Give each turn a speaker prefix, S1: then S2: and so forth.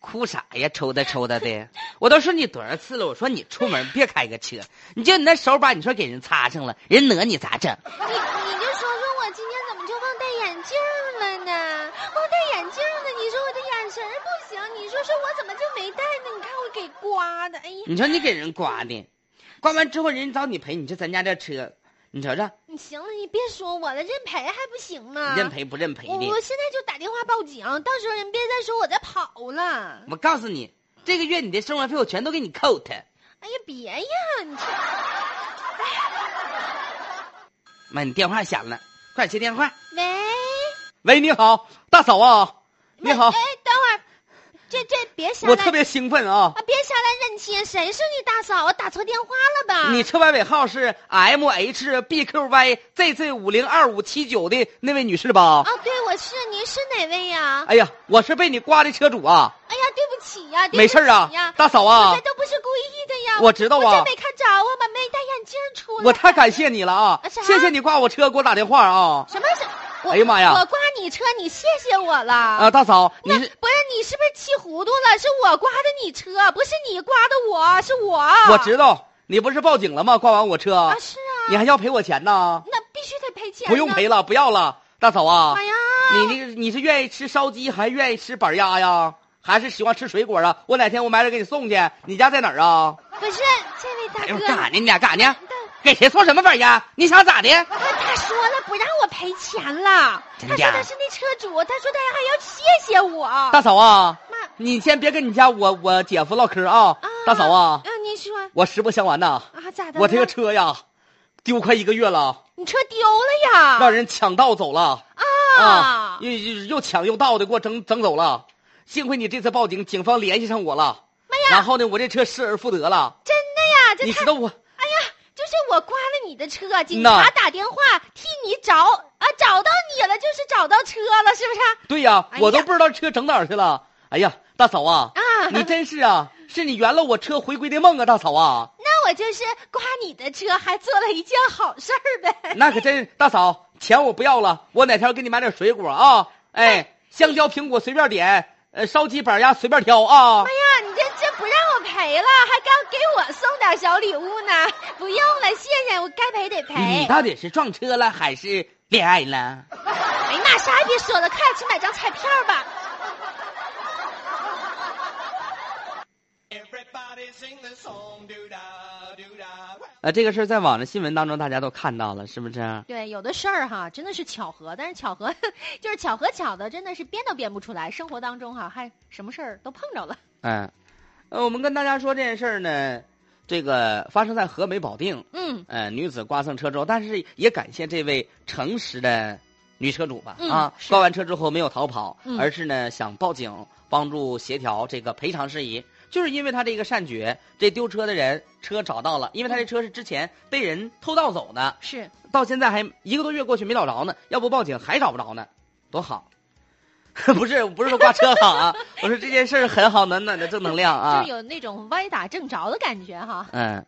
S1: 哭啥呀？抽搭抽搭的，我都说你多少次了，我说你出门别开个车，你就你那手把，你说给人擦上了，人讹你咋整？
S2: 你你就说说我今天怎么就忘戴眼镜了呢？忘戴眼镜了，你说我的眼神儿不行，你说说我怎么就没戴呢？你看我给刮的，哎呀，
S1: 你说你给人刮的，刮完之后人找你赔，你这咱家这车，你瞅瞅，
S2: 你行了，你别说我了，认赔还不行吗？
S1: 认赔不认赔
S2: 啊我
S1: 的？
S2: 我现在就打电话报警，到时候人别再说我在跑了。
S1: 我告诉你，这个月你的生活费我全都给你扣他。
S2: 哎呀，别呀，你这
S1: 妈，你电话响了，快接电话。
S2: 喂，
S1: 喂，你好，大嫂啊，
S2: 喂
S1: 你好
S2: 哎，，等会儿，这这别下来，
S1: 我特别兴奋啊。
S2: 啊，别下来认亲，谁是你大嫂啊？打错电话了吧？
S1: 你车牌尾号是 M H B Q Y Z Z 五零二五七九的那位女士吧？
S2: 啊，对，我是，您是哪位呀、
S1: 哎呀，我是被你刮的车主啊！
S2: 哎呀，对不起呀、对
S1: 没
S2: 不
S1: 事儿啊
S2: 起呀，
S1: 大嫂啊
S2: 我这都不是故意的呀，
S1: 我知道
S2: 我
S1: 啊
S2: 真没看着啊，把没戴眼镜出来。
S1: 我太感谢你了啊
S2: 啊！啥
S1: 谢谢你挂我车给我打电话啊！
S2: 什么是？我
S1: 哎呀妈呀
S2: 我刮你车，你谢谢我了
S1: 啊，大嫂，你
S2: 哎那
S1: 是
S2: 不是你是不是气糊涂了？是我刮的你车，不是你刮的我，是我。
S1: 我知道你不是报警了吗？挂完我车
S2: 啊，，是啊，
S1: 你还要赔我钱呢？
S2: 那必须得赔钱。
S1: 不用赔。了，不要了，大嫂啊
S2: 哎，呀，
S1: 你那个你是愿意吃烧鸡，还愿意吃板鸭呀？还是喜欢吃水果啊？我哪天我买点给你送去。你家在哪儿啊？
S2: 不是这位大
S1: 哎
S2: 哥，
S1: 呦，干啥呢？你俩干啥呢？
S2: 但
S1: 给谁送什么玩意儿？你想咋的？
S2: 他他说了不让我赔钱了，
S1: 真
S2: 他说
S1: 假
S2: 他是那车主，他说他还要谢谢我。
S1: 大嫂啊，
S2: 妈
S1: 你先别跟你家我我姐夫唠嗑啊
S2: 啊，
S1: 大嫂啊，
S2: 啊，您说
S1: 我实不相瞒呐，
S2: 啊，咋的了？
S1: 我这个车呀，丢快一个月了，
S2: 你车丢了呀？
S1: 让人抢盗走了啊
S2: 啊，，
S1: 又又又抢又盗的给我整整走了。幸亏你这次报警，警方联系上我了，
S2: 妈哎呀
S1: 然后呢，我这车失而复得了。
S2: 真的呀，这
S1: 你
S2: 太
S1: 知道我
S2: 哎呀，就是我刮了你的车，警
S1: 呐
S2: 察打电话替你找啊，找到你了，就是找到车了，是不是？
S1: 对呀，
S2: 哎呀
S1: 我都不知道车整哪儿去了。哎呀，大嫂啊，
S2: 啊，
S1: 你真是啊，是你圆了我车回归的梦啊，大嫂啊。
S2: 那我就是刮你的车，还做了一件好事儿 呗。
S1: 那可真是大嫂，钱我不要了，我哪天给你买点水果啊？哎，香蕉、苹果随便点，呃，烧鸡、板鸭随便挑啊
S2: 哎。呀，你这这不让我赔了，还刚给我送点小礼物呢，不用了，谢谢，我该赔得
S1: 你
S2: 赔。
S1: 到底是撞车了还是恋爱了？
S2: 哎呀妈，啥也别说了，快去买张彩票吧。
S3: Everybody sing the song, do da, do da.
S1: 呃，这个事儿在网上新闻当中大家都看到了，是不是？
S2: 对，有的事儿哈，真的是巧合，但是巧合就是巧合巧的，真的是编都编不出来。生活当中哈，还什么事儿都碰着了。
S1: 嗯，呃，我们跟大家说这件事儿呢，这个发生在河北保定，
S2: 嗯
S1: 呃，女子刮蹭车之后，但是也感谢这位诚实的女车主吧，
S2: 嗯
S1: 啊，
S2: 是
S1: 刮完车之后没有逃跑，
S2: 嗯
S1: 而是呢想报警帮助协调这个赔偿事宜，就是因为他这个善举，这丢车的人车找到了，因为他这车是之前被人偷盗走的，，
S2: 是，
S1: 到现在还一个多月过去没找着呢，要不报警还找不着呢，多好。 不是不是说刮车好啊， 我说这件事儿很好，暖暖的正能量啊。
S2: 就是有那种歪打正着的感觉哈。
S1: 嗯，